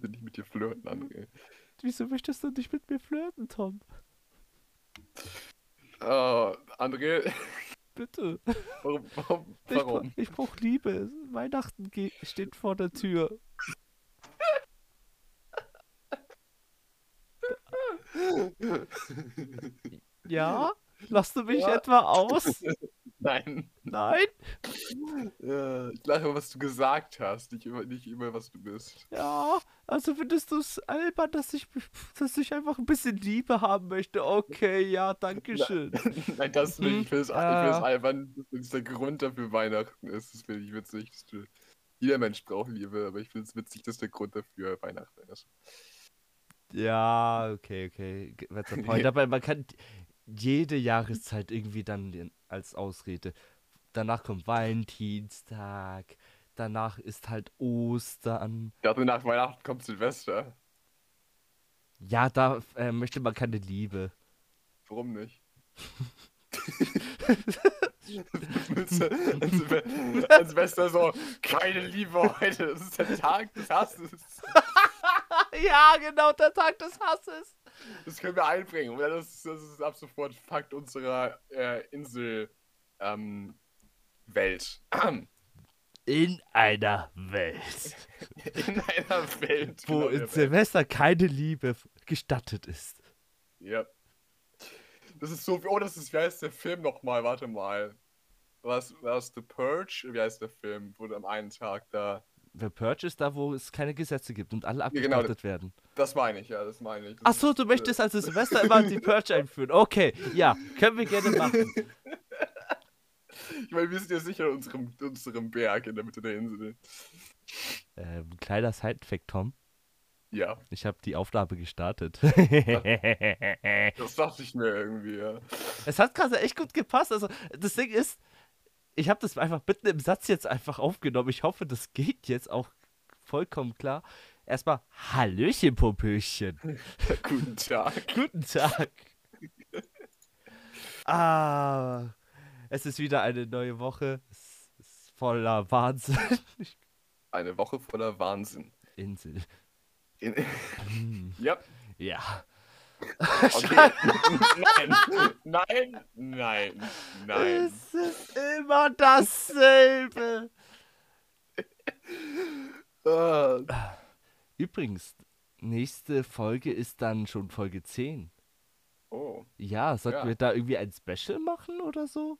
mit dir flirten, André. Wieso möchtest du nicht mit mir flirten, Tom? Äh, André, Bitte. warum? warum, Ich, bra warum? ich brauche Liebe. Weihnachten ge- steht vor der Tür. Ja? Lass du mich Ja. etwa aus? Nein. Nein? Äh, ich lache, was du gesagt hast, nicht immer, nicht immer was du bist. Ja. Also findest du es albern, dass ich, dass ich einfach ein bisschen Liebe haben möchte? Okay, ja, danke Na- schön. Nein, das nicht. Ich will es Ah. albern, dass der Grund dafür Weihnachten ist. Das finde ich witzig. dass du- Jeder Mensch braucht Liebe, aber ich finde es witzig, dass der Grund dafür Weihnachten ist. Ja, okay, okay. g- That's a point. Aber man kann jede Jahreszeit irgendwie dann den- als Ausrede. Danach kommt Valentinstag. Danach ist halt Ostern. Ich dachte, nach Weihnachten kommt Silvester. Ja, da äh, möchte man keine Liebe. Warum nicht? an, Silve an Silvester so, keine Liebe heute, das ist der Tag des Hasses. Ja, genau, der Tag des Hasses. Das können wir einbringen. Oder das, ist- das ist ab sofort Fakt unserer äh, Insel ähm, Welt. In einer Welt, In einer Welt. wo genau, in der Welt. Silvester keine Liebe f- gestattet ist. Ja. Das ist so, oh, das ist, wie heißt der Film nochmal? Warte mal. Was, was The Purge? Wie heißt der Film? Wurde am einen Tag da. The Purge ist da, wo es keine Gesetze gibt und alle genau, abgeschlachtet werden. Das meine ich, ja, das meine ich. Das Ach so, ist, du äh, möchtest also Silvester immer die Purge einführen. Okay, ja, können wir gerne machen. Ich meine, wir sind ja sicher in unserem, unserem Berg in der Mitte der Insel. Ähm, kleiner Side-Fact, Tom. Ja, Ich habe die Aufnahme gestartet. das dachte ich mir irgendwie, ja. es hat gerade echt gut gepasst. Also, das Ding ist, ich habe das einfach mitten im Satz jetzt einfach aufgenommen. Ich hoffe, das geht jetzt auch vollkommen klar. Erstmal Hallöchen, Popöchen. Guten Tag. Guten Tag. ah, es ist wieder eine neue Woche. Es ist voller Wahnsinn. Eine Woche voller Wahnsinn. Insel. In Hm, ja, ja. okay. nein, nein, nein, nein. Es ist immer dasselbe. Ah, Übrigens, nächste Folge ist dann schon Folge 10. oh. Ja, sollten Ja. wir da irgendwie ein Special machen oder so?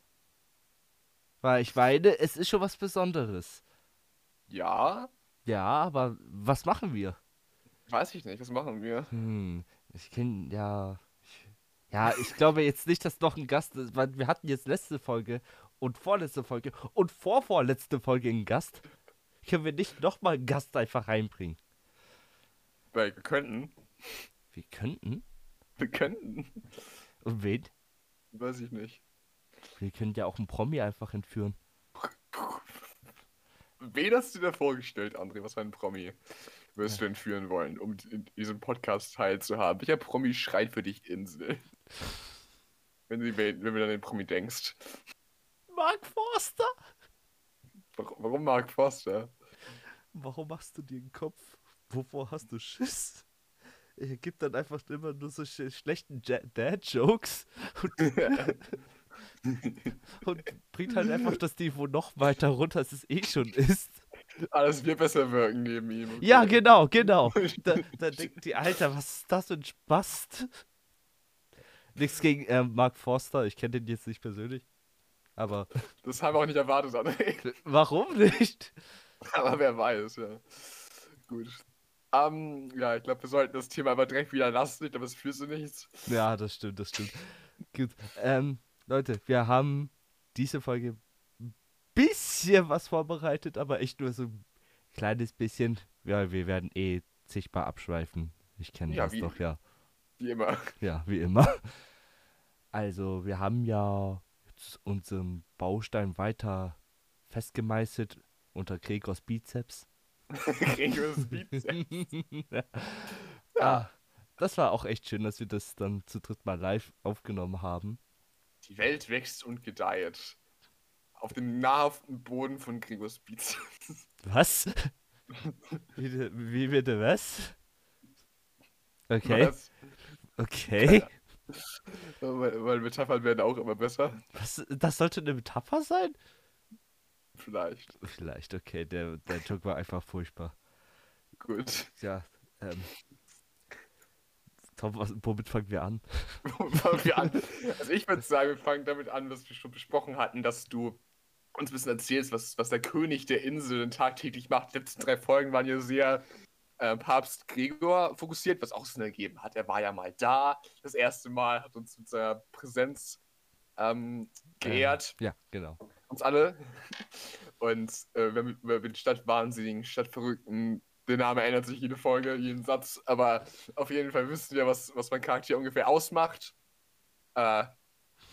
Weil ich meine, es ist schon was Besonderes. Ja, Ja, aber was machen wir? weiß ich nicht, was machen wir? Hm, ich kenne ja. Ich, ja, ich glaube jetzt nicht, dass noch ein Gast ist, weil wir hatten jetzt letzte Folge und vorletzte Folge und vorvorletzte Folge einen Gast. Können wir nicht nochmal einen Gast einfach reinbringen? Weil wir könnten, Wir könnten. wir könnten, Und wen? weiß ich nicht. Wir können ja auch einen Promi einfach entführen. Wen hast du dir vorgestellt, André? Was für ein Promi wirst du entführen wollen, um in diesem Podcast teilzuhaben? Welcher Promi schreit für dich Insel? Wenn du, wenn wenn du an den Promi denkst. Mark Forster? Warum warum Mark Foster? Warum machst du dir den Kopf? Wovor hast du Schiss? Er gibt dann einfach immer nur so sch schlechten Ja- Dad-Jokes und, und bringt halt einfach das Niveau noch weiter runter, als es eh schon ist. Alles wird besser wirken neben ihm. okay. Ja, genau, genau. Da, da denkt die Alter, was ist das für ein Spast? Nichts gegen äh, Mark Forster, ich kenne den jetzt nicht persönlich. Aber Das haben wir auch nicht erwartet, André. warum nicht? Aber wer weiß, ja. Gut. Ähm, ja, ich glaube, wir sollten das Thema aber direkt wieder lassen. Ich glaube, es führst du nichts. Ja, das stimmt, das stimmt. Gut. Ähm, Leute, wir haben diese Folge ein bisschen was vorbereitet, aber echt nur so ein kleines bisschen. Ja, wir werden eh sichtbar abschweifen. Ich kenne Ja, das wie- doch, ja. Wie immer. Ja, wie immer. Also, wir haben ja jetzt unseren Baustein weiter festgemeißelt unter Gregors Bizeps. Gregors Bizeps. ah, das war auch echt schön, dass wir das dann zu dritt mal live aufgenommen haben. Die Welt wächst und gedeiht. Auf dem nahrhaften Boden von Gregors Bizeps. Was? Wie, de- wie bitte was? Okay. Was? Okay. Aber Meine, meine Metaphern werden auch immer besser. Was, das sollte eine Metapher sein? Vielleicht. Vielleicht, okay. Der, der Joke war einfach furchtbar. Gut. Ja, ähm. Tom, was, womit fangen wir an? Fangen wir an. Also ich würde sagen, wir fangen damit an, was wir schon besprochen hatten, dass du uns ein bisschen erzählst, was, was der König der Insel denn tagtäglich macht. Die letzten drei Folgen waren ja sehr äh, Papst Gregor fokussiert, was auch Sinn ergeben hat. Er war ja mal da, das erste Mal, hat uns mit seiner Präsenz ähm, geehrt, Ja, genau. uns alle. Und äh, wir haben über den Stadtwahnsinnigen, Stadtverrückten, der Name ändert sich jede Folge, jeden Satz, aber auf jeden Fall wissen wir, was, was mein Charakter ungefähr ausmacht. Äh,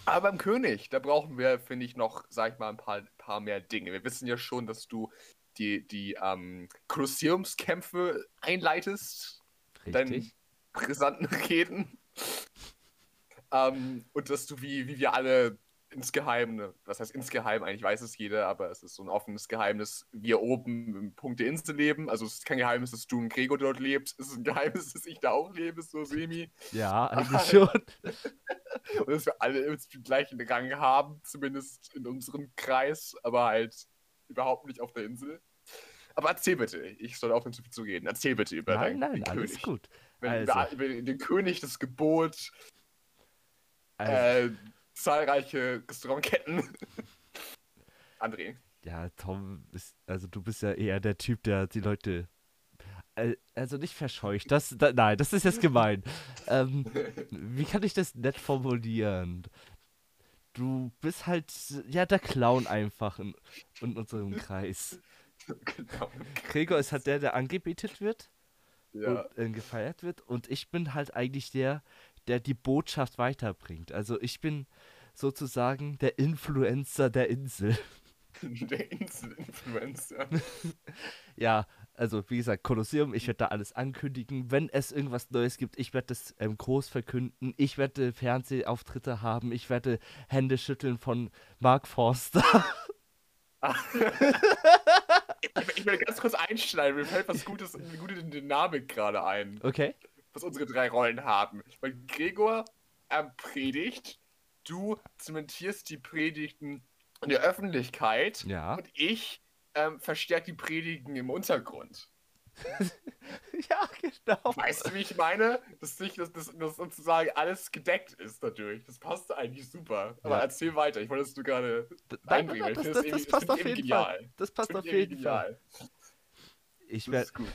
aber beim König, da brauchen wir, finde ich, noch, sag ich mal, ein paar, paar mehr Dinge. Wir wissen ja schon, dass du die, die ähm, Kolosseumskämpfe einleitest, Dein- Richtig. brisanten Reden. ähm, und dass du, wie, wie wir alle insgeheim, ne, was heißt insgeheim, eigentlich weiß es jeder, aber es ist so ein offenes Geheimnis, wir oben im Punkt der Insel leben. Also es ist kein Geheimnis, dass du und Gregor dort lebst. Es ist ein Geheimnis, dass ich da auch lebe, so semi. Ja, eigentlich schon. Und dass wir alle irgendwie den gleichen Rang haben, zumindest in unserem Kreis, aber halt überhaupt nicht auf der Insel. Aber erzähl bitte, ich soll aufhören zu viel zu reden. Erzähl bitte über deinen Nein, nein, den alles König. gut. Wenn Also. über, über den König, das Gebot, Also, äh, zahlreiche Restaurantketten. André, Ja, Tom, ist, also du bist ja eher der Typ, der die Leute. Al- Also nicht verscheucht. Das, da, nein, das ist jetzt gemein. ähm, wie kann ich das nett formulieren? Du bist halt, ja, der Clown einfach in, in unserem Kreis. genau. Gregor ist halt der, der angebetet wird Ja, und äh, gefeiert wird. Und ich bin halt eigentlich der, der die Botschaft weiterbringt. Also ich bin sozusagen der Influencer der Insel. der Insel-Influencer. Ja, also wie gesagt, Kolosseum, ich werde da alles ankündigen. Wenn es irgendwas Neues gibt, ich werde das ähm, groß verkünden. Ich werde Fernsehauftritte haben. Ich werde Hände schütteln von Mark Forster. Ich- Ich will ganz kurz einschneiden, mir fällt was Gutes, eine gute Dynamik gerade ein, Okay. was unsere drei Rollen haben. Weil Gregor ähm, predigt, du zementierst die Predigten in der Öffentlichkeit Ja. und ich ähm, verstärke die Predigten im Untergrund. Ja, genau. Weißt du, wie ich meine? Dass nicht, dass, dass, dass sozusagen alles gedeckt ist dadurch. Das passt eigentlich super. Aber Ja. erzähl weiter. Ich wollte, dass du gerade Nein, nein, einbringen. nein, Ich das, finde das, irgendwie- das ich passt finde auf irgendwie jeden genial. Fall. Das passt Finde auf irgendwie jeden Fall. genial. Ich Das werde ist gut.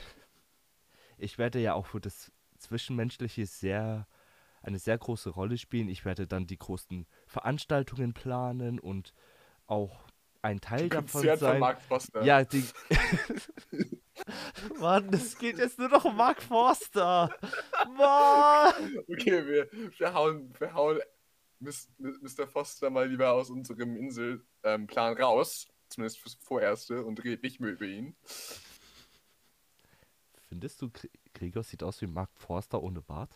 ich werde ja auch für das Zwischenmenschliche sehr eine sehr große Rolle spielen. Ich werde dann die großen Veranstaltungen planen und auch ein Teil davon Konzert von sein. Mark Foster. Ja, die. Mann, das geht jetzt nur noch um Mark Forster. Mann! Okay, wir, wir hauen, wir hauen Mis- Mr. Foster mal lieber aus unserem Inselplan ähm, Plan raus. Zumindest fürs Vorerste und red nicht mehr über ihn. Findest du, Gre- Gregor sieht aus wie Mark Forster ohne Bart?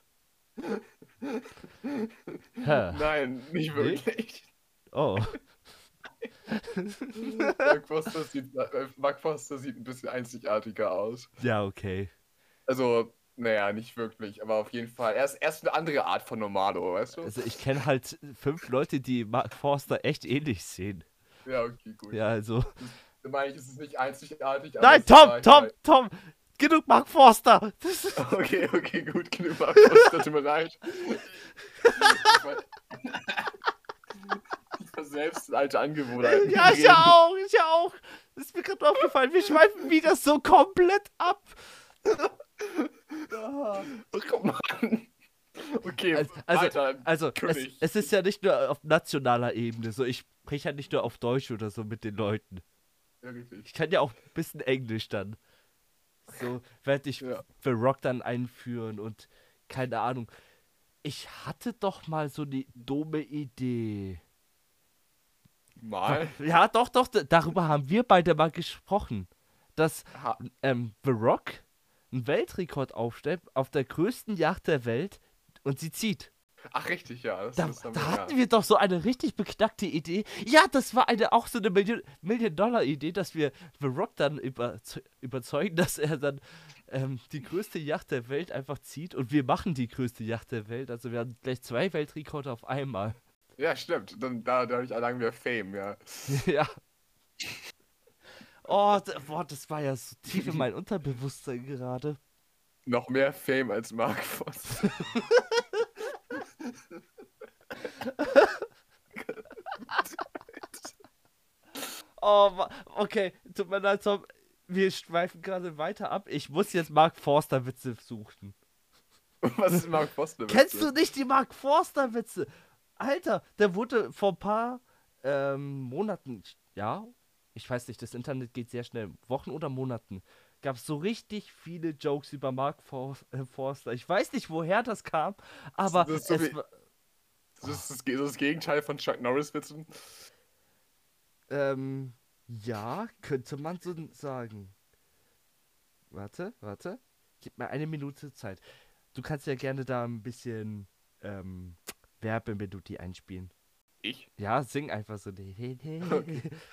Hä? Nein, nicht wirklich. Oh, Mark, Foster sieht, äh, Mark Foster sieht ein bisschen einzigartiger aus. ja, okay. Also, naja, nicht wirklich, aber auf jeden Fall. Er ist, er ist eine andere Art von Normalo, weißt du? Also, ich kenne halt fünf Leute, die Mark Forster echt ähnlich sehen. Ja, okay, gut. Ja, also. Dann meine ich, es ist nicht einzigartig. aber Nein, es halt ist Tom, gleich- Tom, Tom! Genug Mark Forster! Das ist- Okay, okay, gut, genug Abschluss, tut mir leid. Ich war- Ich war selbst eine alte Angewohnheit. Ja, ich ja auch, ich ja auch. Das ist mir gerade aufgefallen. Wir schweifen wieder so komplett ab. Oh, komm, Mann. Okay, Also, also, weiter. also es, König. es ist ja nicht nur auf nationaler Ebene so. Ich spreche ja nicht nur auf Deutsch oder so mit den Leuten. ja, richtig. Ich kann ja auch ein bisschen Englisch dann. So werde ich Ja. für Rock dann einführen und keine Ahnung. Ich hatte doch mal so eine dumme Idee. Mal. Ja, doch, doch, d- darüber haben wir beide mal gesprochen. Dass Ha ähm, The Rock einen Weltrekord aufstellt auf der größten Yacht der Welt und sie zieht. Ach, richtig, ja. Das, Da, das haben da wir, hatten ja. wir doch so eine richtig beknackte Idee. Ja, das war eine auch so eine Million-Dollar-Idee, dass wir The Rock dann über, überzeugen, dass er dann ähm, die größte Yacht der Welt einfach zieht und wir machen die größte Yacht der Welt. Also wir haben gleich zwei Weltrekorde auf einmal. Ja, stimmt. Dann, da, dadurch erlangen wir Fame, ja. ja. Oh, d- boah, das war ja so tief in mein Unterbewusstsein gerade. Noch mehr Fame als Mark Voss. Oh, wa- okay, tut mir leid, Tom. Wir schweifen gerade weiter ab. Ich muss jetzt Mark Forster Witze suchen. Was ist Mark Voss denn? Kennst du nicht die Mark Forster Witze? Alter, der wurde vor ein paar ähm, Monaten, ja, ich weiß nicht, das Internet geht sehr schnell, Wochen oder Monaten, gab es so richtig viele Jokes über Mark For äh, Forster. Ich weiß nicht, woher das kam, aber Das ist so es wie- war, Das ist das, das ist das Gegenteil von Chuck Norris-Witzen. ähm, ja, könnte man so sagen. Warte, warte, gib mir eine Minute Zeit. Du kannst ja gerne da ein bisschen ähm, Werbemelodie einspielen. Ich? Ja, sing einfach so. Okay.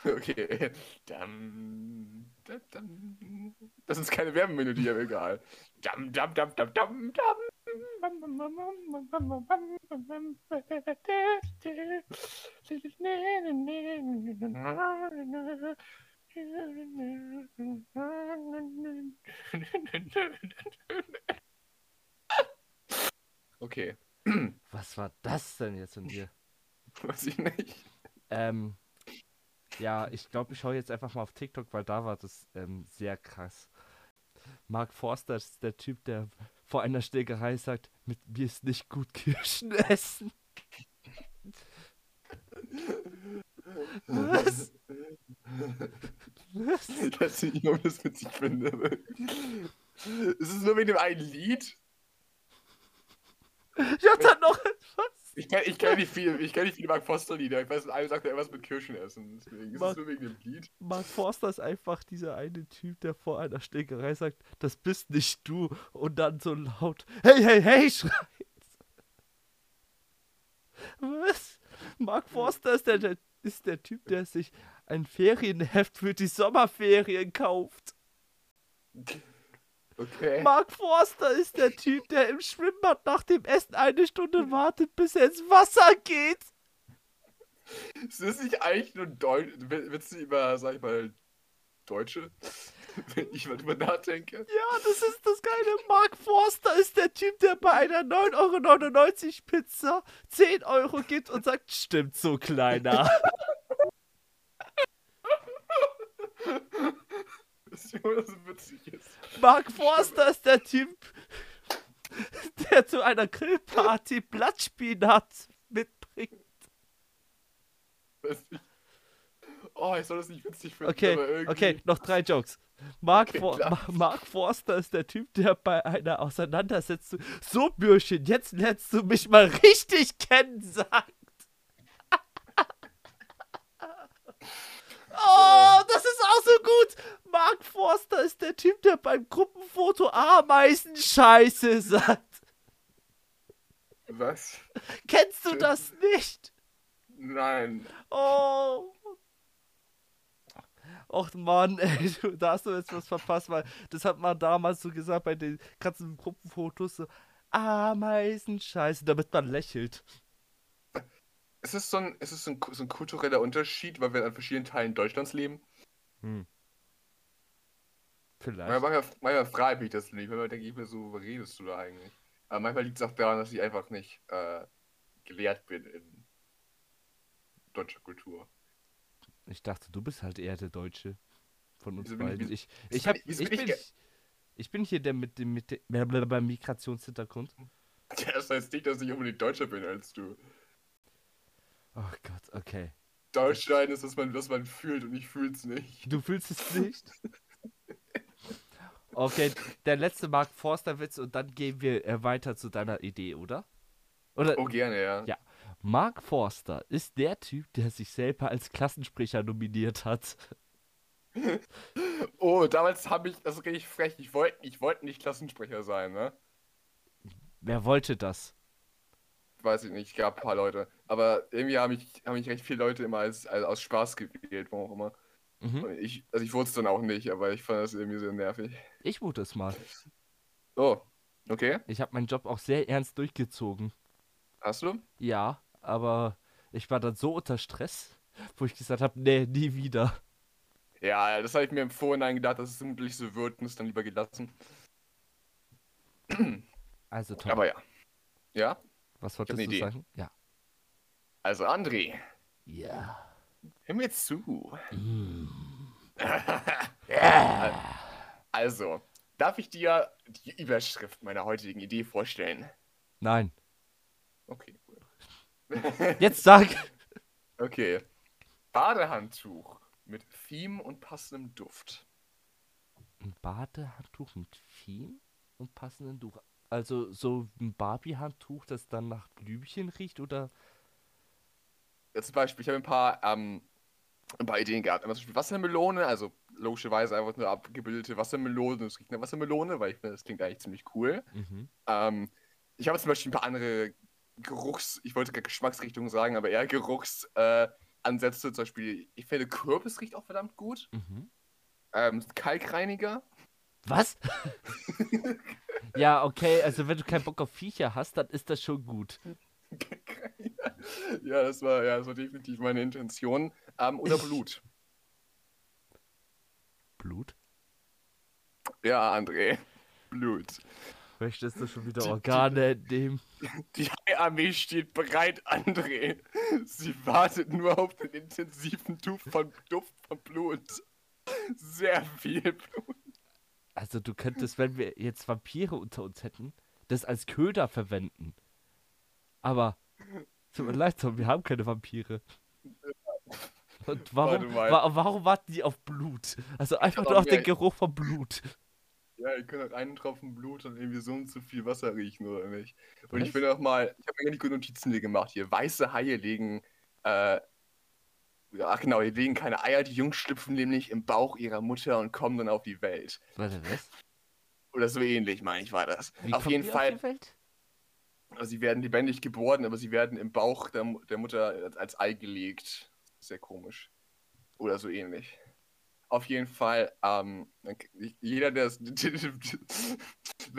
Okay. Dam, dam, dam. Das ist keine Werbemelodie, aber egal. Dam, dam, dam, dam, dam, dam. Okay, Was war das denn jetzt in dir? weiß ich nicht. Ähm, ja, ich glaube, ich schaue jetzt einfach mal auf TikTok, weil da war das ähm, sehr krass. Mark Forster ist der Typ, der vor einer Schlägerei sagt, mit mir ist nicht gut Kirschen essen. Was? Was? dass ich nur das witzig finde. aber- Ist es nur wegen dem einen Lied? Ich hab da noch etwas. Ich kenne ich kenn nicht viele, ich kenn nicht viele Mark Foster Lieder. Ich weiß, einer sagt ja irgendwas mit Kirschen essen. Deswegen. Ist Mark- es nur wegen dem Lied? Mark Forster ist einfach dieser eine Typ, der vor einer Schlägerei sagt, das bist nicht du und dann so laut Hey, hey, hey schreit. Was? Mark Forster ist der, der, ist der Typ, der sich ein Ferienheft für die Sommerferien kauft. Okay. Mark Forster ist der Typ, der im Schwimmbad nach dem Essen eine Stunde wartet, bis er ins Wasser geht. Ist das nicht eigentlich nur Deutsch? Witze über, sag ich mal, Deutsche? Wenn ich mal drüber nachdenke. Ja, das ist das Geile. Mark Forster ist der Typ, der bei einer 9,99 Euro Pizza 10 Euro gibt und sagt, stimmt so, Kleiner. Das ist nur, dass es witzig ist. Mark Forster ist der Typ, der zu einer Grillparty Blattspinat mitbringt. Weiß nicht. Oh, ich soll das nicht witzig finden. aber Okay, irgendwie- okay, noch drei Jokes. Mark, Okay, For klar. Ma Mark Forster ist der Typ, der bei einer Auseinandersetzung, so Bürschchen, jetzt lernst du mich mal richtig kennen, sagt. Oh, das ist auch so gut. Mark Forster ist der Typ, der beim Gruppenfoto Ameisen Scheiße sagt. Was? Kennst du das nicht? Nein. Oh. Och Mann, ey, du, da hast du jetzt was verpasst, weil das hat man damals so gesagt bei den ganzen Gruppenfotos so Ameisenscheiße, damit man lächelt. Ist es so ein, ist es so ein, so ein kultureller Unterschied, weil wir an verschiedenen Teilen Deutschlands leben? Vielleicht. Manchmal, manchmal, manchmal frage ich mich das nicht. Manchmal denke ich mir so, was redest du da eigentlich? Aber manchmal liegt es auch daran, dass ich einfach nicht äh, gelehrt bin in deutscher Kultur. Ich dachte, du bist halt eher der Deutsche von uns Wieso bin ich- beiden. wieso- wieso Ich, ich, bin ich- hab, ich, wieso bin ich bin, ge- ich bin hier der mit dem mit dem Migrationshintergrund. Hm. Das heißt nicht, dass ich unbedingt deutscher bin als du. Oh Gott, okay. Deutsch sein ist, dass man, dass man fühlt und ich fühle es nicht. Du fühlst es nicht? Okay, der letzte Mark Forster-Witz und dann gehen wir äh, weiter zu deiner Idee, oder? Oder Oh, gerne, ja. Äh, Ja. Mark Forster ist der Typ, der sich selber als Klassensprecher nominiert hat. Oh, damals habe ich, das ist richtig frech, ich wollte ich wollte nicht Klassensprecher sein, ne? Wer wollte das? weiß ich nicht, gab ein paar Leute. Aber irgendwie haben mich, haben mich recht viele Leute immer als, als aus Spaß gewählt, warum auch immer. Mhm. Und Ich, also ich wurde es dann auch nicht, aber ich fand das irgendwie sehr nervig. Ich wurde es mal. Oh, okay. Ich habe meinen Job auch sehr ernst durchgezogen. Hast du? Ja, aber ich war dann so unter Stress, wo ich gesagt habe, nee, nie wieder. Ja, das habe ich mir im Vorhinein gedacht, dass es vermutlich so wird und es dann lieber gelassen. Also Tom, Aber ja. Ja, was hab wolltest ne du Idee. sagen? Ja. also André, Ja. hör mir jetzt zu. Mm. Also, darf ich dir die Überschrift meiner heutigen Idee vorstellen? Nein. Okay, cool. Jetzt sag. Okay. Badehandtuch mit Theme und passendem Duft. Ein Badehandtuch mit Feen und passenden Tuch. Also so ein Barbie-Handtuch, das dann nach Blümchen riecht oder? Ja, zum Beispiel, ich habe ein paar, ähm, ein paar Ideen gehabt. Einmal zum Beispiel Wassermelone, also logischerweise einfach nur abgebildete Wassermelone. Es riecht nach Wassermelone, weil ich finde, das klingt eigentlich ziemlich cool. Mhm, Ähm, ich habe zum Beispiel ein paar andere Geruchs, ich wollte gerade Geschmacksrichtungen sagen, aber eher Geruchsansätze. Äh, Ansätze. zum Beispiel, ich finde Kürbis riecht auch verdammt gut. mhm. Ähm, Kalkreiniger. Was? ja, okay, also wenn du keinen Bock auf Viecher hast, dann ist das schon gut. ja, das war, ja, das war definitiv meine Intention. Ähm, oder Ich- Blut. Blut? Ja, André. Blut. Möchtest du schon wieder Die- die- Organe entnehmen? Die Hai-Armee steht bereit, André. Sie wartet nur auf den intensiven Duft von, Duft von Blut. Sehr viel Blut. Also du könntest, wenn wir jetzt Vampire unter uns hätten, das als Köder verwenden. Aber tut mir leid, Tom, wir haben keine Vampire. Und Warte warum, mal. wa warum warten die auf Blut? Also einfach hab nur auf mir- den Geruch von Blut. Ja, ihr könnt auch einen Tropfen Blut und irgendwie so und so viel Wasser riechen, oder nicht? Und Was? ich will auch mal, ich habe mir nicht gute Notizen hier gemacht. Hier, weiße Haie legen, äh, ja, ach genau, die legen keine Eier, die Jungs schlüpfen nämlich im Bauch ihrer Mutter und kommen dann auf die Welt. Warte, was? Oder so ähnlich, meine ich, war das. Wie auf kommen jeden die Fall, Auf die Welt? also sie werden lebendig geboren, aber sie werden im Bauch der, Mu- der Mutter als, als Ei gelegt. Sehr komisch. Oder so ähnlich. Auf jeden Fall, ähm, dann k- jeder, der es. Wenn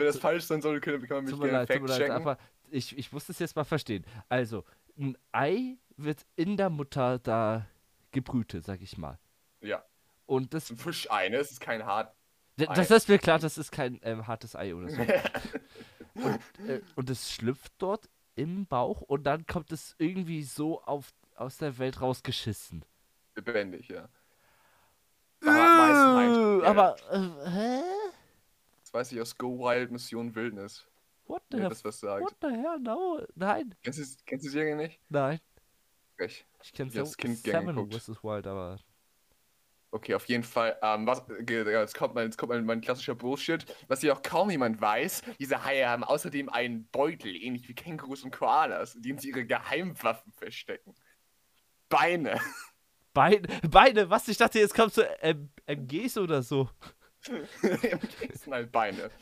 das falsch sein soll, kann kann man mich Tut mir gerne leid, tut mir leid, fact-checken. aber ich, ich muss das jetzt mal verstehen. Also, ein Ei wird in der Mutter da gebrütet, sag ich mal. Ja, Und das, es ist ein Fischei, ne? Es ist kein hart. d- das Ei. ist mir klar, das ist kein ähm, hartes Ei oder so. äh, und es schlüpft dort im Bauch und dann kommt es irgendwie so auf, aus der Welt rausgeschissen. Lebendig, ja. Äh, Aber meistens halt- ja, aber äh, hä? Das weiß ich aus Go Wild Mission Wildnis. What the, Wer hell? das halt was sagt. what the hell? No. Nein, Kennst du, kennst du die Serie nicht? nein. Recht. Ich kenn's Ich hab's Kind gern geguckt. vs. Wild, aber. Okay, auf jeden Fall. Ähm, was, ge- ja, jetzt kommt, mein, jetzt kommt mein, mein klassischer Bullshit. Was hier auch kaum jemand weiß, diese Haie haben außerdem einen Beutel, ähnlich wie Kängurus und Koalas, in dem sie ihre Geheimwaffen verstecken. Beine. Beine, Beine, was? Ich dachte, jetzt kommt so ähm, MGs oder so. Im Kissen halt Beine.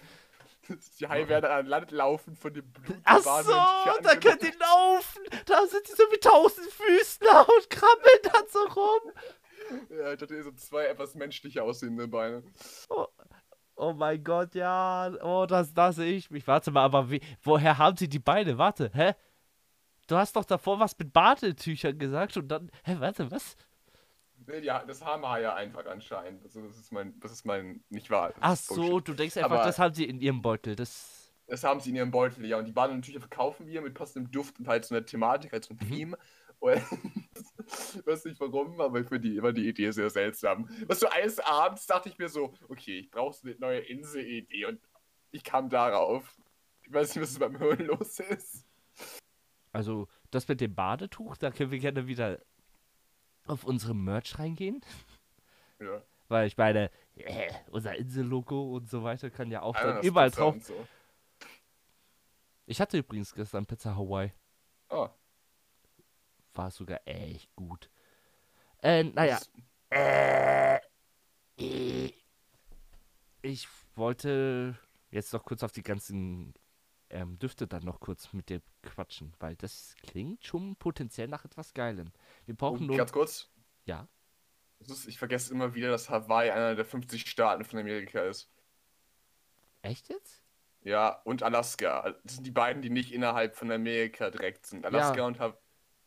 Die Haie werden an Land laufen von dem Blut. Ach gebadet so, und da die könnt ihr laufen. Da sind die so wie tausend Füßler und krabbeln dann so rum. Ja, ich hatte so zwei etwas menschlich aussehende Beine. Oh mein Gott, ja. Oh, das, da sehe ich mich. Warte mal, aber wie, woher haben sie die Beine? Warte, hä? Du hast doch davor was mit Badetüchern gesagt und dann. Hä, warte, was? Nee, ja, das haben Haie einfach anscheinend. Also, das ist mein, das ist mein, nicht wahr. das Ach ist so, Bullshit. du denkst einfach, Aber- das haben sie in ihrem Beutel. Das. Das haben sie in ihrem Beutel, ja. Und die Baden und Tücher verkaufen wir mit passendem Duft und halt so einer Thematik, halt so Mhm. einem Theme. Und weiß nicht warum, aber ich finde die, immer die Idee sehr seltsam. Was so eines Abends dachte ich mir so, okay, ich brauche so eine neue Insel-Idee und ich kam darauf. Ich weiß nicht, was in meinem Hirn los ist. Also, das mit dem Badetuch, da können wir gerne wieder auf unsere Merch reingehen. Ja. Weil ich meine, äh, unser Insel-Logo und so weiter kann ja auch dann Ananas, überall Pizza drauf. und So. Ich hatte übrigens gestern Pizza Hawaii. Oh, War sogar echt gut. Äh, naja. das- Äh, äh, ich wollte jetzt noch kurz auf die ganzen ähm, Düfte dann noch kurz mit dir quatschen, weil das klingt schon potenziell nach etwas Geilem. Wir Oh, brauchen nur. ganz kurz. Ja. Das ist, ich vergesse immer wieder, dass Hawaii einer der 50 Staaten von Amerika ist. Echt jetzt? Ja, und Alaska. Das sind die beiden, die nicht innerhalb von Amerika direkt sind. Alaska Ja. und ha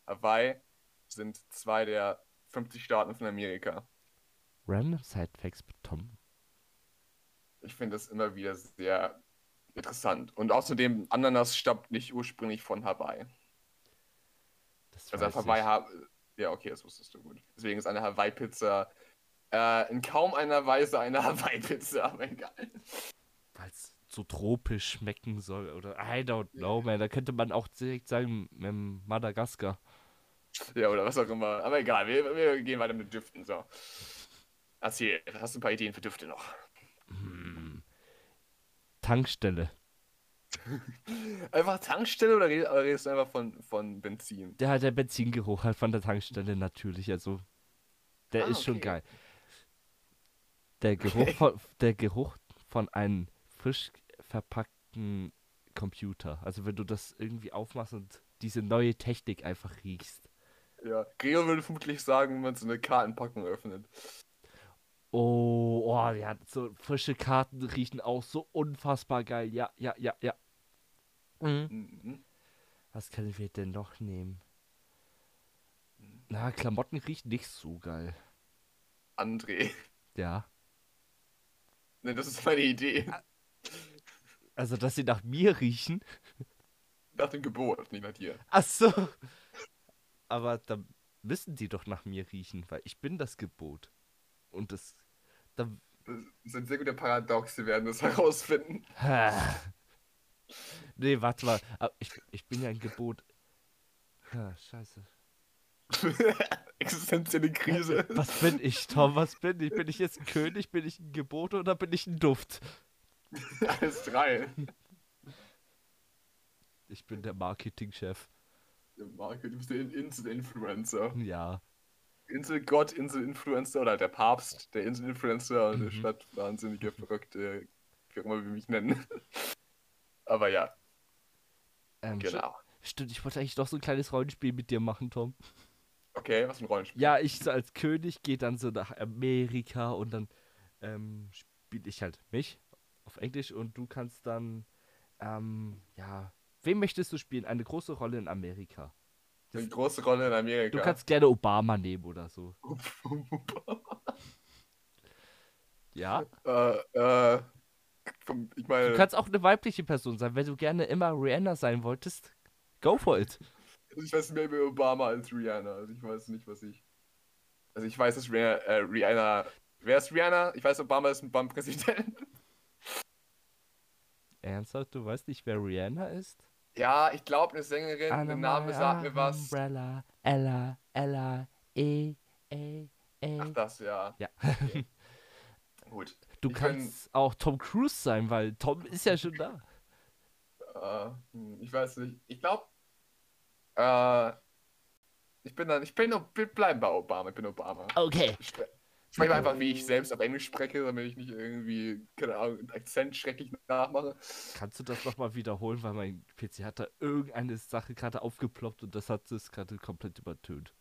Hawaii sind zwei der 50 Staaten von Amerika. Random Side Facts mit Tom. Ich finde das immer wieder sehr interessant. Und außerdem, Ananas stammt nicht ursprünglich von Hawaii. Das Also weiß Hawaii ich. ha Ja, okay, das wusstest du gut. Deswegen ist eine Hawaii-Pizza äh, in kaum einer Weise eine Hawaii-Pizza, aber egal. weil es so tropisch schmecken soll oder I don't know, man. Da könnte man auch direkt sagen, ähm, Madagaskar. Ja, oder was auch immer. Aber egal, wir, wir gehen weiter mit Düften. So. Erzähl, hast du ein paar Ideen für Düfte noch? Tankstelle. Einfach Tankstelle oder red- oder redest du einfach von, von Benzin? Der hat der Benzingeruch halt von der Tankstelle natürlich, also der Ah, ist schon okay. geil. Der Geruch von der Geruch von einem frisch verpackten Computer. Also wenn du das irgendwie aufmachst und diese neue Technik einfach riechst. Ja, Gregor würde vermutlich sagen, wenn man so eine Kartenpackung öffnet. Oh, oh, ja, so frische Karten riechen auch so unfassbar geil. Ja, ja, ja, ja. Mhm. Mhm. Was können wir denn noch nehmen? Na, Klamotten riecht nicht so geil. André. Ja. Ne, das ist meine Idee. Also, dass sie nach mir riechen. Nach dem Gebot, nicht nach dir. Ach so. Aber dann müssen die doch nach mir riechen, weil ich bin das Gebot. Und das. Dann, Das ist ein sehr guter Paradox, wir werden das herausfinden. ha. Nee, warte mal. Ah, Ich, ich bin ja ein Gebot. Ha, scheiße. Existenzielle Krise. Was bin ich, Tom? Was bin ich? Bin ich jetzt ein König? Bin ich ein Gebot oder bin ich ein Duft? Alles drei. Ich bin der Marketingchef. Marco, du bist der In- Insel-Influencer. Ja. Inselgott, Insel-Influencer oder der Papst, der Insel-Influencer und der Mhm. Stadtwahnsinnige, verrückte, wie auch immer wir mich nennen. Aber ja, Ähm, genau. Stimmt, ich wollte eigentlich doch so ein kleines Rollenspiel mit dir machen, Tom. Okay, was für ein Rollenspiel. Ja, ich so als König gehe dann so nach Amerika und dann ähm, spiele ich halt mich auf Englisch und du kannst dann, ähm, ja, wen möchtest du spielen? Eine große Rolle in Amerika. Eine große Rolle in Amerika. Du kannst gerne Obama nehmen oder so. Ja. Äh, äh, vom- ich meine, Du kannst auch eine weibliche Person sein. Wenn du gerne immer Rihanna sein wolltest, go for it. ich weiß mehr über Obama als Rihanna. Also ich weiß nicht, was ich. Also ich weiß, dass Rihanna. Äh, Rihanna wer ist Rihanna? Ich weiß, Obama ist ein BAM-Präsident. Ernsthaft, du weißt nicht, wer Rihanna ist? Ja, ich glaube, eine Sängerin, der Name Anna sagt mir was. Umbrella, Ella, Ella, E, E, E. Ach, das, ja. Ja. Gut. Du Ich kannst auch Tom Cruise sein, weil Tom ist ja schon da. Bin, äh, hm, ich weiß nicht. Ich glaube. Äh, ich bin dann. Ich bin. Wir bleiben bei Obama. Ich bin Obama. Okay. Ich spre- ich spreche einfach, wie ich selbst auf Englisch spreche, damit ich nicht irgendwie, keine Ahnung, einen Akzent schrecklich nachmache. Kannst du das nochmal wiederholen, weil mein PC hat da irgendeine Sache gerade aufgeploppt und das hat es gerade komplett übertönt.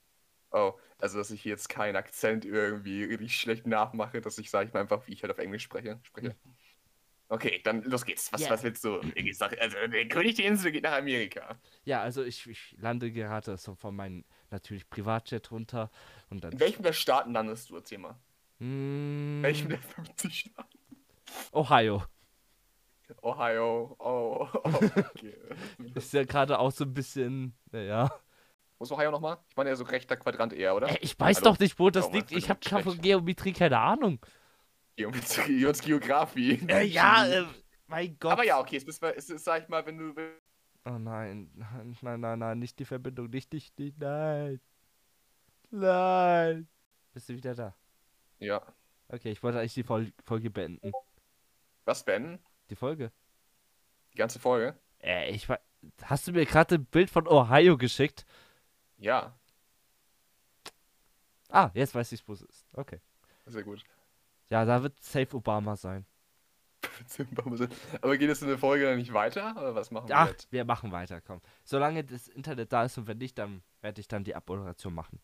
Oh, also dass ich jetzt keinen Akzent irgendwie richtig schlecht nachmache, dass ich, sage ich mal einfach, wie ich halt auf Englisch spreche. spreche. Okay, dann los geht's. Was, Ja. was willst du? Ich sag, also der König der Insel geht nach Amerika. Ja, also ich, ich lande gerade so von meinem natürlich Privatjet runter und dann. In welchem der Staaten landest du, erzähl mal? Mm, Welchem der 50 Staaten? Ohio. Ohio, oh, okay. Ist ja gerade auch so ein bisschen. Naja. Wo ist Ohio nochmal? Ich meine ja so rechter Quadrant eher, oder? Ey, Äh, Ich weiß Hallo? doch nicht, wo das Oh, Mann, liegt. Ich verdammt habe von schlecht. Geometrie keine Ahnung. Geometrie und Geografie. Äh, ja, äh, mein Gott. Aber ja, okay, es ist, es ist, sag ich mal, wenn du willst. Oh nein, nein, nein, nein, nein, nicht die Verbindung, nicht, nicht, nicht, nein. Nein. Bist du wieder da? Ja. Okay, ich wollte eigentlich die Fol Folge beenden. Was, Ben? Die Folge? Die ganze Folge? Äh, ich war. Hast du mir gerade ein Bild von Ohio geschickt? Ja, Ah, jetzt weiß ich, wo es ist. Okay. sehr gut. Ja, da wird safe Obama sein. Aber geht es in der Folge dann nicht weiter? Oder was machen wir Ach, jetzt? wir machen weiter, komm. Solange das Internet da ist und wenn nicht, dann werde ich dann die Abmoderation machen.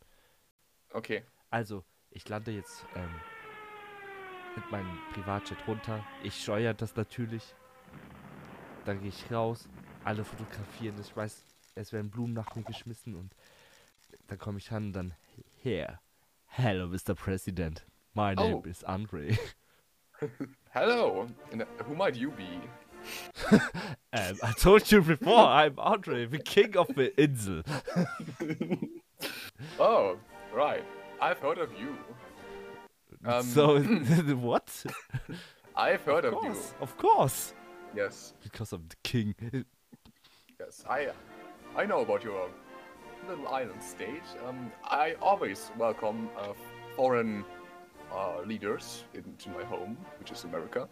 Okay. Also, Ich lande jetzt ähm, mit meinem Privatjet runter. Ich steuere das natürlich. Dann gehe ich raus. Alle fotografieren. Ich weiß, es werden Blumen nach mir geschmissen und dann komme ich an und dann here. Hello, Mr. President. My name Oh. is Andre. Hello, and who might you be? um, I told you before, I'm Andre, the king of the Insel. Oh, right. I've heard of you. Um, so, what? I've heard Of of, you. course, of course. Yes, Because I'm the king. yes. I, I know about your little island state. Um, I always welcome uh, foreign uh, leaders into my home, which is America.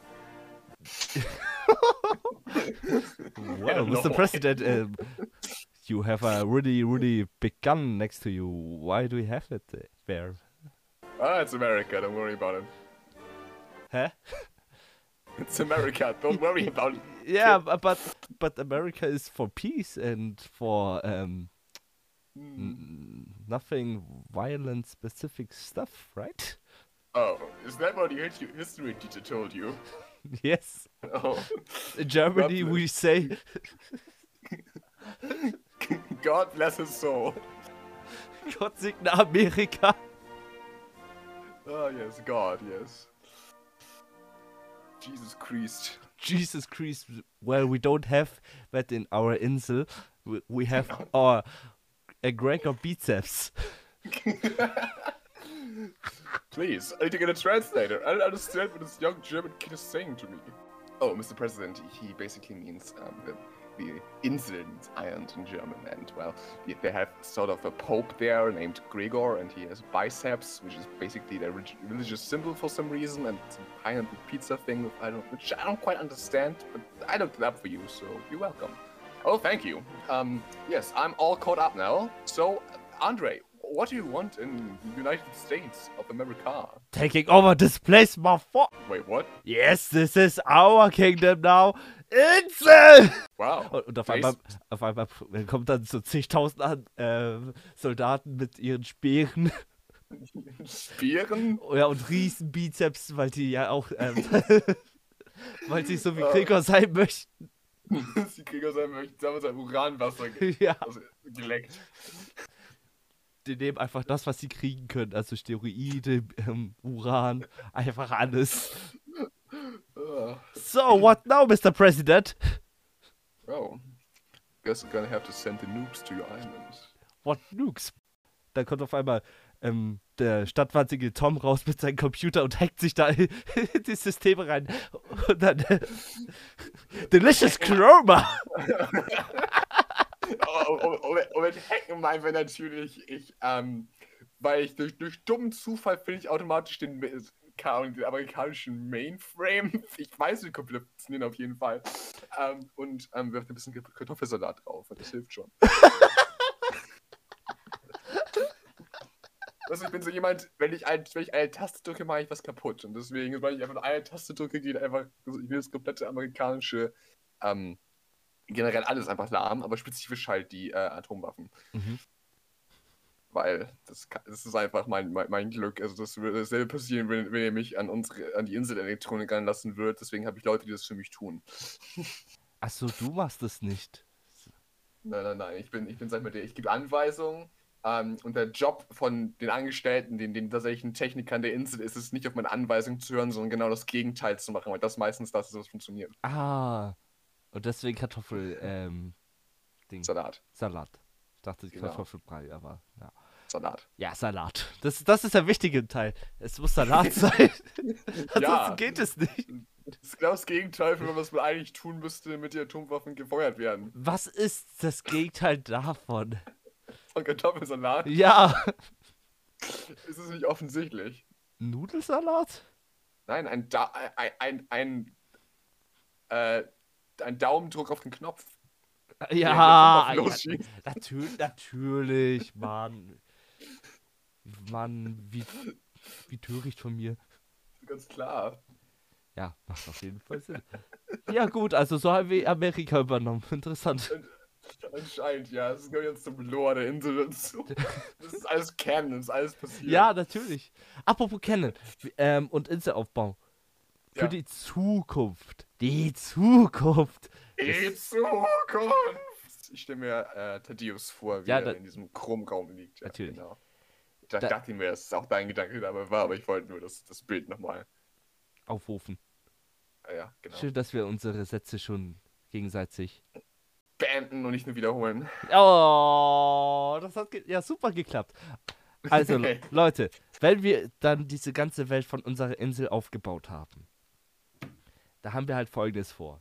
Well, no. Mr. President, um, you have a really, really big gun next to you. Why do you have it there? Ah, it's America. Don't worry about it. Huh? It's America. Don't worry about it. Yeah, bu- but but America is for peace and for um, n- nothing violent specific stuff, right? Oh, is that what your his- history teacher told you? yes. Oh, In Germany, Lovely. we say God bless his soul. Gott segne Amerika. Oh yes, God, yes. Jesus Christ. Jesus Christ. Well, we don't have that in our insel. We, we have our egregor biceps. Please, I need to get a translator. I don't understand what this young German kid is saying to me. Oh, Mr. President, he basically means um, the, the incident island in German. And, well, they- they have sort of a pope there named Gregor, and he has biceps, which is basically their relig- religious symbol for some reason, and some island with pizza thing, I don't, which I don't quite understand, but I looked it up for you, so you're welcome. Oh, thank you. Um, yes, I'm all caught up now. So, Andre, what do you want in the United States of America? Taking over this place, my fuck. Wait, what? Yes, this is our kingdom now. Insel! Wow. Und, und auf, Jason- einmal, auf einmal kommt dann so zigtausend an, ähm, Soldaten mit ihren Speeren Spieren? ja, und riesen Bizeps, weil die ja auch, ähm, weil sie so wie Ja. Gregor sein möchten. Sie kriegen aus einem, ich sag mal, aus einem Uranwasser ge ja, also, geleckt. die nehmen einfach das, was sie kriegen können. Also Steroide, ähm, Uran, einfach alles. Uh, So, what now, Mr. President? oh. Guess we're gonna have to send the noobs to your island. What nukes? Dann kommt auf einmal ähm, der stadtwahnsinnige Tom raus mit seinem Computer und hackt sich da in die Systeme rein. Und dann. Delicious Chroma! Oh, oh, oh, oh, mit Hacken meinen wir natürlich, ich, ähm, weil ich durch, durch dummen Zufall finde ich automatisch den, Ma- keine Ahnung, den amerikanischen Mainframe. Ich weiß, wie Computer funktionieren auf jeden Fall. Ähm, und ähm, wirft ein bisschen Kartoffelsalat drauf und das hilft schon. Also ich bin so jemand, wenn ich, ein, wenn ich eine Taste drücke, mache ich was kaputt. Und deswegen, weil ich einfach nur eine Taste drücke, geht einfach, also ich will das komplette amerikanische ähm, generell alles einfach lahm, aber spezifisch halt die äh, Atomwaffen. Mhm. Weil das, ka- das ist einfach mein, mein, mein Glück. Also das würde dasselbe passieren, wenn, wenn ihr mich an unsere, an die Inselenelektronik ranlassen würdet. Deswegen habe ich Leute, die das für mich tun. Achso, du machst es nicht. Nein, nein, nein. Ich bin, ich bin sag mal, der, ich gebe Anweisungen. Ähm, und der Job von den Angestellten, den, den tatsächlichen Technikern der Insel, ist es nicht auf meine Anweisungen zu hören, sondern genau das Gegenteil zu machen, weil das meistens das ist, was funktioniert. Ah. Und deswegen Kartoffel, ähm, Ding. Salat. Salat. Ich dachte Genau. Kartoffelbrei, aber ja. Salat. Ja, Salat. Das, das ist der wichtige Teil. Es muss Salat sein. Ansonsten Ja. geht es nicht. Das ist genau das Gegenteil von dem, was man eigentlich tun müsste, damit die Atomwaffen gefeuert werden. Was ist das Gegenteil davon? Von Kartoffelsalat Ja. ist es nicht offensichtlich. Nudelsalat? Nein, ein, da ein, ein, ein, äh, ein Daumendruck auf den Knopf. Ja, der ja Knopf losschießt. natürlich, natürlich, Mann. Mann, wie, wie töricht von mir. Ganz klar. Ja, macht auf jeden Fall Sinn. Ja, gut, also so haben wir Amerika übernommen. Interessant. Anscheinend, ja. Es gehört jetzt zum Lore der Insel dazu. Das ist alles Canon, das ist alles passiert. Ja, natürlich. Apropos Canon ähm, und Inselaufbau. Für Ja. die Zukunft. Die Zukunft. Äh. Die Zukunft! Ich stelle mir äh, Thaddeus vor, wie Ja, er da- in diesem Chromraum liegt. Ja, Natürlich. Genau. Da, Da- dachte ich mir, dass es auch dein Gedanke dabei war, aber ich wollte nur das, das Bild nochmal. Aufrufen. Ah, ja, genau. Schön, dass wir unsere Sätze schon gegenseitig. Beenden und nicht nur wiederholen. Oh, das hat ge- ja super geklappt. Also, Le- Okay. Leute, wenn wir dann diese ganze Welt von unserer Insel aufgebaut haben, da haben wir halt folgendes vor.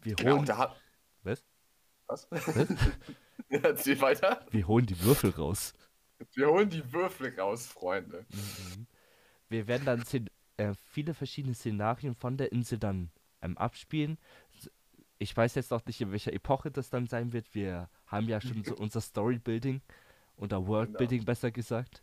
Wir Genau, holen, da hat. Was? Was? Ja, Erzähl weiter. wir holen die Würfel raus. Wir holen die Würfel raus, Freunde. wir werden dann Szen- äh, viele verschiedene Szenarien von der Insel dann ähm, abspielen. S- Ich weiß jetzt noch nicht, in welcher Epoche das dann sein wird. Wir haben ja schon so unser Storybuilding oder Worldbuilding besser gesagt.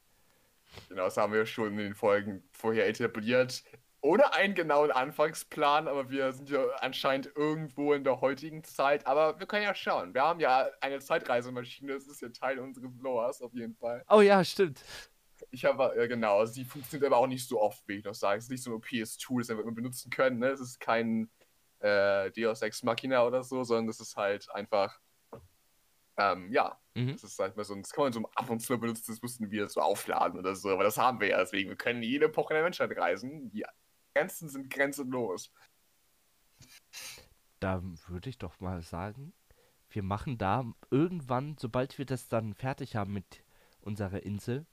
Genau, das haben wir schon in den Folgen vorher etabliert. Ohne einen genauen Anfangsplan, aber wir sind ja anscheinend irgendwo in der heutigen Zeit. Aber wir können ja schauen. Wir haben ja eine Zeitreisemaschine, das ist ja Teil unseres Lores auf jeden Fall. Oh ja, stimmt. Ich habe, ja genau, sie funktioniert aber auch nicht so oft, wie ich noch sage. Es ist nicht so ein PS2, das wir immer benutzen können. Ne? Es ist kein äh, Deus Ex Machina oder so, sondern das ist halt einfach, ähm, ja, Mhm. das ist halt mal so ein, das kann man so ab und zu benutzen, das mussten wir so aufladen oder so, aber das haben wir ja, deswegen, wir können in jede Epoche der Menschheit reisen. Die Grenzen sind grenzenlos. Da würde ich doch mal sagen, wir machen da irgendwann, sobald wir das dann fertig haben mit unserer Insel,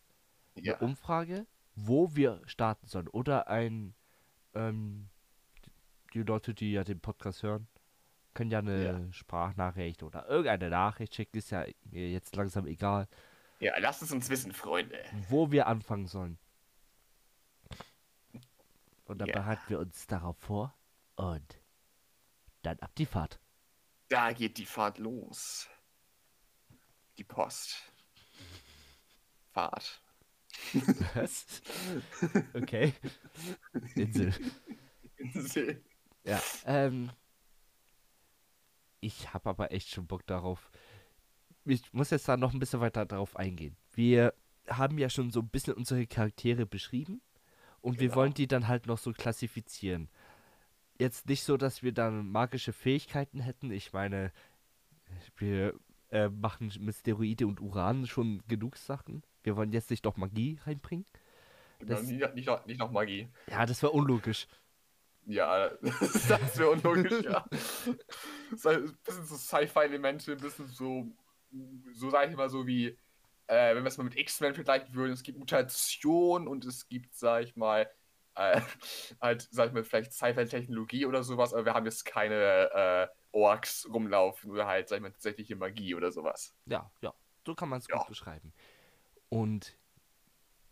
Ja. eine Umfrage, wo wir starten sollen. Oder ein, ähm, die Leute, die ja den Podcast hören, können ja eine Sprachnachricht oder irgendeine Nachricht schicken, ist ja mir jetzt langsam egal, ja, lasst es uns wissen, Freunde. wo wir anfangen sollen. Und dann Ja. bereiten wir uns darauf vor und dann ab die Fahrt. Da geht die Fahrt los. Die Post. Fahrt. Was? Okay. Insel. Insel. Ja. Ähm, ich habe aber echt schon Bock darauf. Ich muss jetzt da noch ein bisschen weiter darauf eingehen. Wir haben ja schon so ein bisschen unsere Charaktere beschrieben und wir Genau. wollen die dann halt noch so klassifizieren. Jetzt nicht so, dass wir dann magische Fähigkeiten hätten. Ich meine, wir äh, machen mit Steroide und Uran schon genug Sachen. Wir wollen jetzt nicht noch Magie reinbringen. Genau, Das- nicht, nicht, noch, nicht noch Magie. Ja, das war unlogisch. Ja, das wäre unlogisch, ja. Es ist ein bisschen so Sci-Fi-Elemente, ein bisschen so, so sage ich mal, so wie, äh, wenn wir es mal mit X-Men vergleichen würden, es gibt Mutation und es gibt, sag ich mal, äh, halt, sag ich mal, vielleicht Sci-Fi-Technologie oder sowas, aber wir haben jetzt keine äh, Orks rumlaufen oder halt, sag ich mal, tatsächliche Magie oder sowas. Ja, ja. So kann man es Ja. gut beschreiben. Und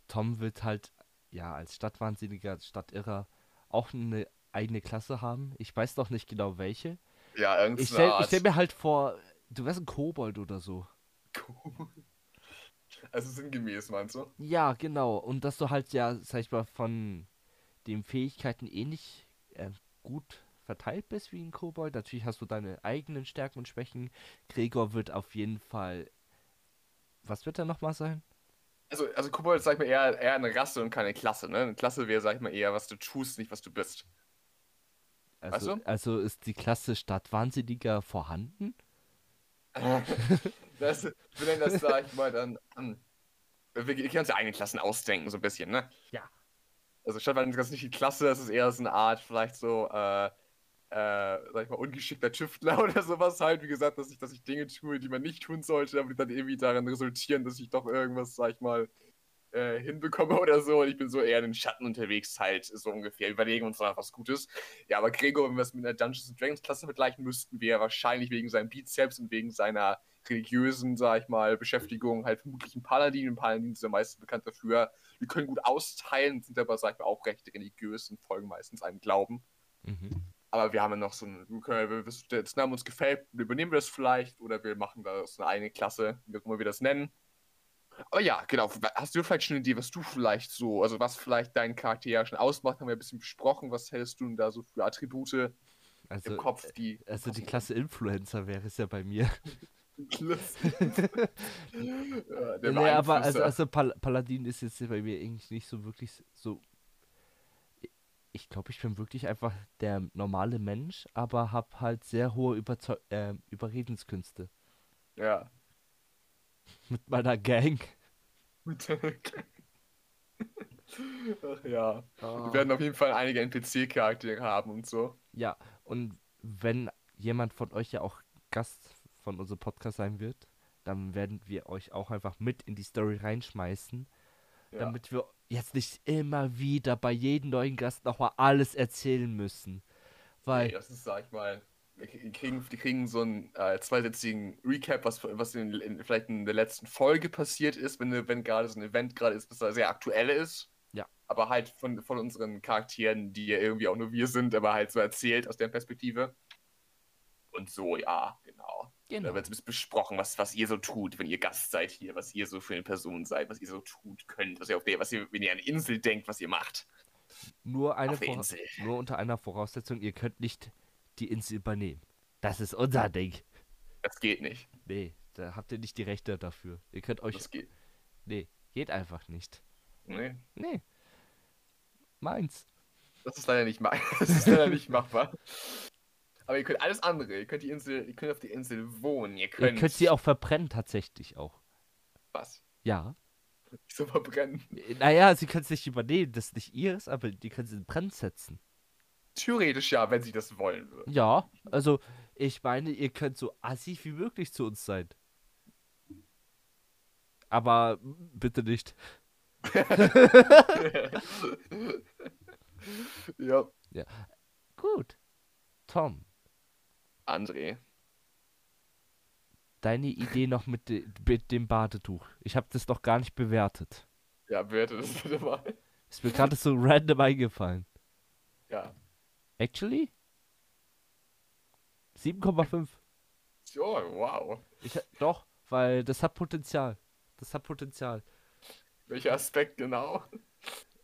Tom wird halt, ja, als Stadtwahnsinniger, als Stadtirrer auch eine eigene Klasse haben. Ich weiß noch nicht genau welche. Ja, irgendwie Ich stell, ich stell mir halt vor, du wärst ein Kobold oder so. Also sinngemäß, meinst du? Ja, genau. Und dass du halt ja, sag ich mal, von den Fähigkeiten ähnlich äh, gut verteilt bist wie ein Kobold. Natürlich hast du deine eigenen Stärken und Schwächen. Gregor wird auf jeden Fall. Was wird er nochmal sein? Also, also Kobold ist, sag ich mal, eher, eher eine Rasse und keine Klasse, ne? Eine Klasse wäre, sag ich mal, eher, was du tust, nicht was du bist. Also, Weißt also ist die Klasse Stadtwahnsinniger vorhanden? Das, wir nennen das, sag ich mal, dann. hm, Wir, wir können uns ja eigene Klassen ausdenken, so ein bisschen, ne? Ja. Also, statt weil das nicht die Klasse, das ist eher so eine Art, vielleicht so, äh, äh, sag ich mal, ungeschickter Tüftler oder sowas halt. Wie gesagt, dass ich, dass ich Dinge tue, die man nicht tun sollte, aber die dann irgendwie darin resultieren, dass ich doch irgendwas, sag ich mal, äh, hinbekomme oder so. Und ich bin so eher in den Schatten unterwegs, halt, so ungefähr. Überlegen uns danach was Gutes. Ja, aber Gregor, wenn wir es mit einer Dungeons and Dragons Klasse vergleichen müssten, wäre wahrscheinlich wegen seinen Bizeps und wegen seiner religiösen, sag ich mal, Beschäftigung halt vermutlich ein Paladin. Und Paladin sind am meisten bekannt dafür. Die können gut austeilen, sind aber, sag ich mal, auch recht religiös und folgen meistens einem Glauben. Mhm. Aber wir haben ja noch so ein, wir können, wir, wissen, der Name uns gefällt, übernehmen wir das vielleicht oder wir machen daraus eine eigene Klasse, wie auch immer wir das nennen. Aber ja, genau. Hast du vielleicht schon eine Idee, was du vielleicht so, also was vielleicht deinen Charakter ja schon ausmacht, haben wir ein bisschen besprochen, was hältst du denn da so für Attribute? Also, im Kopf die. also die Klasse Influencer wäre es ja bei mir. ja, äh, der äh, nee, aber also, Beeinflusser. also Pal Paladin ist jetzt bei mir eigentlich nicht so wirklich s- so. Ich glaube, ich bin wirklich einfach der normale Mensch, aber habe halt sehr hohe Überzeu äh, Überredenskünste ja. mit meiner Gang. Mit der- Ach ja. Ah. Wir werden auf jeden Fall einige NPC-Charaktere haben und so. Ja, und wenn jemand von euch ja auch Gast von unserem Podcast sein wird, dann werden wir euch auch einfach mit in die Story reinschmeißen, Ja. damit wir jetzt nicht immer wieder bei jedem neuen Gast nochmal alles erzählen müssen. Weil Nee, das ist, sag ich mal, wir k- kriegen, die kriegen so einen äh, zweisätzigen Recap, was, was in, in, vielleicht in der letzten Folge passiert ist, wenn, wenn gerade so ein Event gerade ist, das da sehr aktuell ist. Ja. Aber halt von, von unseren Charakteren, die ja irgendwie auch nur wir sind, aber halt so erzählt aus deren Perspektive. Und so, ja, genau. Da wird es besprochen, was, was ihr so tut, wenn ihr Gast seid hier, was ihr so für eine Person seid, was ihr so tut könnt, was ihr auf der, was ihr, wenn ihr an eine Insel denkt, was ihr macht. Nur, eine Auf der Vora- Insel. nur unter einer Voraussetzung, ihr könnt nicht die Insel übernehmen. Das ist unser Ding. Das geht nicht. Nee, da habt ihr nicht die Rechte dafür. Ihr könnt euch. Das geht. Nee, geht einfach nicht. Nee. Nee. Meins. Das ist leider nicht mach das ist leider nicht machbar. Aber ihr könnt alles andere. Ihr könnt die Insel, ihr könnt auf der Insel wohnen. Ihr Ihr könnt, könnt sie auch verbrennen, tatsächlich auch. was Ja. nicht so verbrennen. Naja, sie können es nicht übernehmen, das ist nicht ihres, aber die können sie in Brand setzen. Theoretisch ja, wenn sie das wollen würden. Ja, also ich meine, ihr könnt so assi wie möglich zu uns sein. Aber bitte nicht. ja, Gut. Tom, André. deine Idee noch mit, de mit dem Badetuch. Ich habe das noch gar nicht bewertet. Ja, bewerte das bitte mal. Ist mir gerade so random eingefallen. Ja. Actually? 7,5. So, wow. Ich, doch, weil das hat Potenzial. Das hat Potenzial. Welcher Aspekt genau?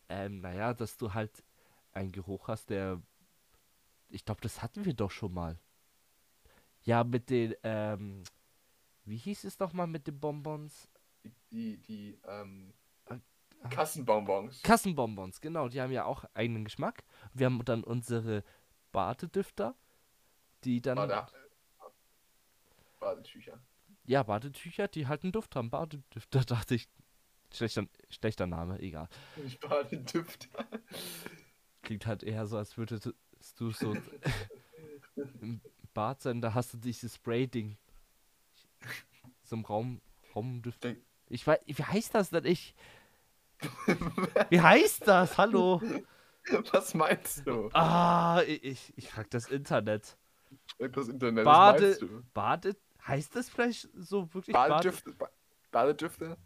Ähm, naja, dass du halt einen Geruch hast, der. Ich glaube, das hatten wir doch schon mal. Ja, mit den, ähm, wie hieß es doch mal mit den Bonbons? Die, die, die ähm, Kassenbonbons. Kassenbonbons, genau, die haben ja auch eigenen Geschmack. Wir haben dann unsere Badedüfter, die dann. War da. Badetücher. Ja, Badetücher, die halt einen Duft haben. Badedüfter, dachte ich. Schlechter, schlechter Name, egal. Badedüfter. klingt halt eher so, als würdest du so im Bad sein, da hast du dieses Spray-Ding. So im Raum, Raumduft. Denk- Ich weiß, wie heißt das denn ich? Wie heißt das? Hallo? Was meinst du? Ah, i- ich, ich frag das Internet. Sag das Internet, Bade- was meinst du? Badet, heißt das vielleicht so wirklich Bade- Badedüfte, ba Badedüfte,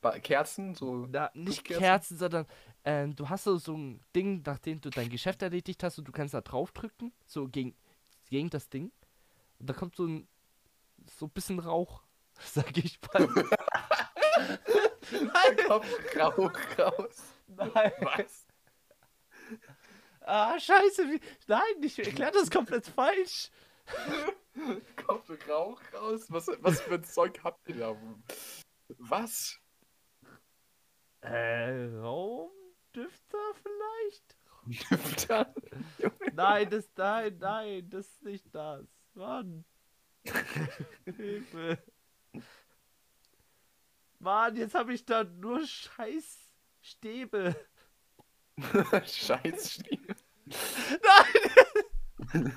ba Kerzen, so. Na, nicht Duftkerzen? Kerzen, sondern ähm, du hast so, so ein Ding, nachdem du dein Geschäft erledigt hast und du kannst da draufdrücken, so gegen, gegen das Ding. Und da kommt so ein so ein bisschen Rauch, sag ich mal. nein, Kopf, Rauch raus. nein. Was? Ah, scheiße. Wie, nein, ich erkläre das komplett falsch. Kopf, Rauch raus? Was, was für ein Zeug habt ihr da? Was? Äh, Raumdüfter vielleicht? Düfter? Nein, das, nein, nein, das ist nicht das. Mann. Hilfe. Mann, jetzt habe ich da nur scheiß Stäbe. Scheiß Schnee. Nein!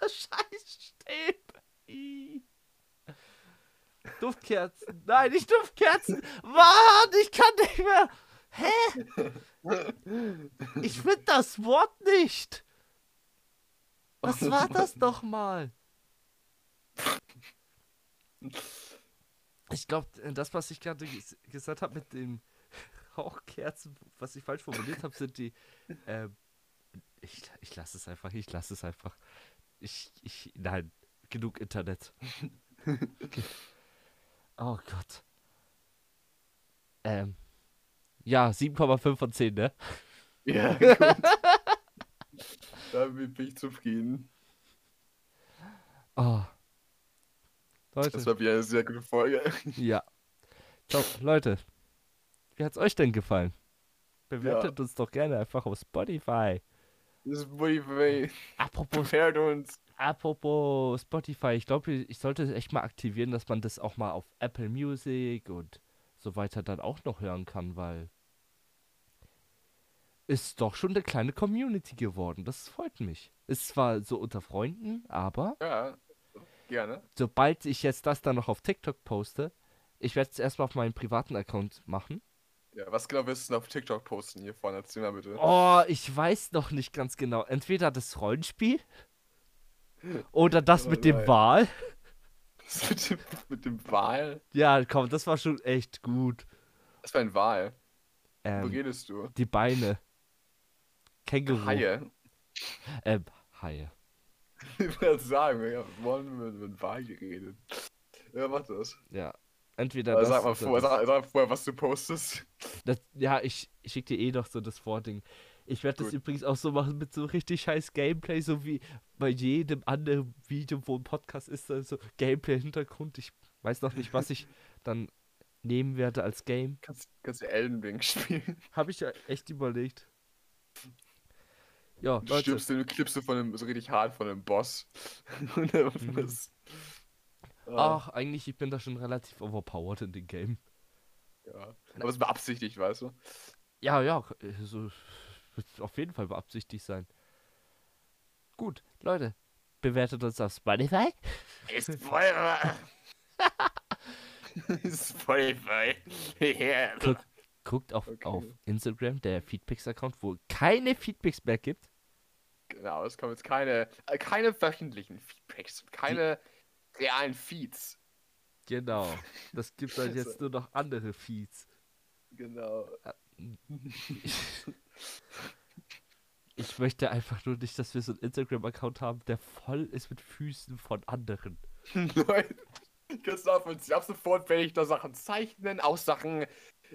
scheiß Stäbe. I. Duftkerzen. Nein, nicht Duftkerzen. Mann, ich kann nicht mehr. Hä? Ich finde das Wort nicht. Was war das nochmal? Ich glaube, das, was ich gerade ges gesagt habe mit den Rauchkerzen, was ich falsch formuliert habe, sind die. Ähm, ich ich lasse es einfach, ich lasse es einfach. Ich, ich, nein, genug Internet. oh Gott. Ähm, ja, 7,5 von 10, ne? Ja, gut. Damit bin ich zufrieden. Oh. Leute. Das war wieder eine sehr gute Folge. Ja. Top, Leute. Wie hat's euch denn gefallen? Bewertet uns doch gerne einfach auf Spotify. Das ist Spotify. Apropos, Fährt uns. apropos Spotify, ich glaube, ich sollte es echt mal aktivieren, dass man das auch mal auf Apple Music und so weiter dann auch noch hören kann, weil ist doch schon eine kleine Community geworden. Das freut mich. Ist zwar so unter Freunden, aber Ja, gerne. sobald ich jetzt das dann noch auf TikTok poste, ich werde es erstmal auf meinen privaten Account machen. Ja, was genau willst du denn auf TikTok posten hier vorne? Erzähl mal bitte. Oh, ich weiß noch nicht ganz genau. Entweder das Rollenspiel oder das mit Oh Nein. dem Wal. Das mit, dem, mit dem Wahl? Ja, komm, das war schon echt gut. Das war ein Wahl. Wo Ähm, redest du? die Beine. Känguru. Haie. Ähm, Haie. Ich würde sagen, wir haben vorhin mit, mit Wahl geredet. Ja, mach das. Ja. Entweder Aber das Also sag mal oder vor, das. sag, sag vorher, was du postest. Das, ja, ich, ich schick dir eh noch so das Vording. Ich werde das Gut. übrigens auch so machen mit so richtig scheiß Gameplay, so wie bei jedem anderen Video, wo ein Podcast ist, dann so Gameplay im Hintergrund. Ich weiß noch nicht, was ich dann nehmen werde als Game. Kannst, kannst du Elden Ring spielen? Habe ich ja echt überlegt. Ja, Du Leute, stirbst, du klippst du von einem, so richtig hart von einem Boss. Und dann das. Ah, Mhm. ach, eigentlich, ich bin da schon relativ overpowered in dem Game. ja. Aber es ist beabsichtigt, weißt du? Ja, ja, äh, so wird auf jeden Fall beabsichtigt sein. Gut, Leute, bewertet uns auf Spotify. Ist Spoiler! Spotify! Yeah. Guckt, guckt auf, Okay. auf Instagram, der Feedpix-Account, wo keine Feedpicks mehr gibt. Genau, es kommen jetzt keine, äh, keine veröffentlichten Feedbacks, keine realen Feeds. Genau, das gibt dann So. jetzt nur noch andere Feeds. Genau. Ich möchte einfach nur nicht, dass wir so einen Instagram-Account haben, der voll ist mit Füßen von anderen. Leute, kannst du nachvollziehen. Ab sofort werde ich da Sachen zeichnen, auch Sachen,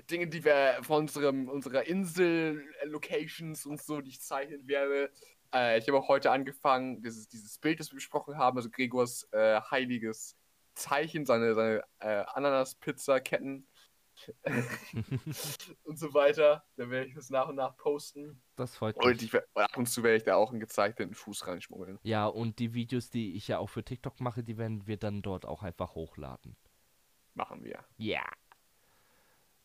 Dinge, die wir von unserem, unserer Insel-Locations und so, die ich zeichnen werde. Äh, ich habe auch heute angefangen, dieses, dieses Bild, das wir besprochen haben, also Gregors äh, heiliges Zeichen, seine, seine äh, Ananas-Pizza-Ketten und so weiter. Da werde ich das nach und nach posten. Das freut mich. Und ich, wer- ab und zu werde ich da auch einen gezeichneten Fuß reinschmuggeln. Ja, und die Videos, die ich ja auch für TikTok mache, die werden wir dann dort auch einfach hochladen. Machen wir. Ja.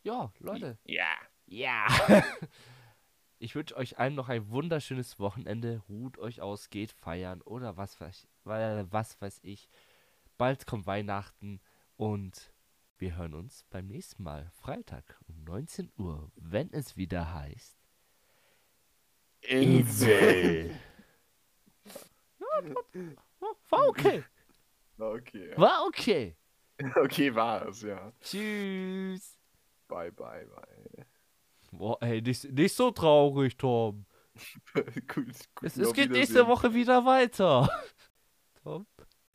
Ja, Leute. Ja. Ja. Ich wünsche euch allen noch ein wunderschönes Wochenende. Ruht euch aus, geht feiern oder was weiß, weil- was weiß ich. Bald kommt Weihnachten und wir hören uns beim nächsten Mal, Freitag um 19 Uhr, wenn es wieder heißt. Insel. War okay. Okay. War okay. Okay, war es, ja. Tschüss. Bye, bye, bye. Boah, ey, nicht, nicht so traurig, Tom. Gut, gut, Es, auf es geht Wiedersehen. nächste Woche wieder weiter. Tom?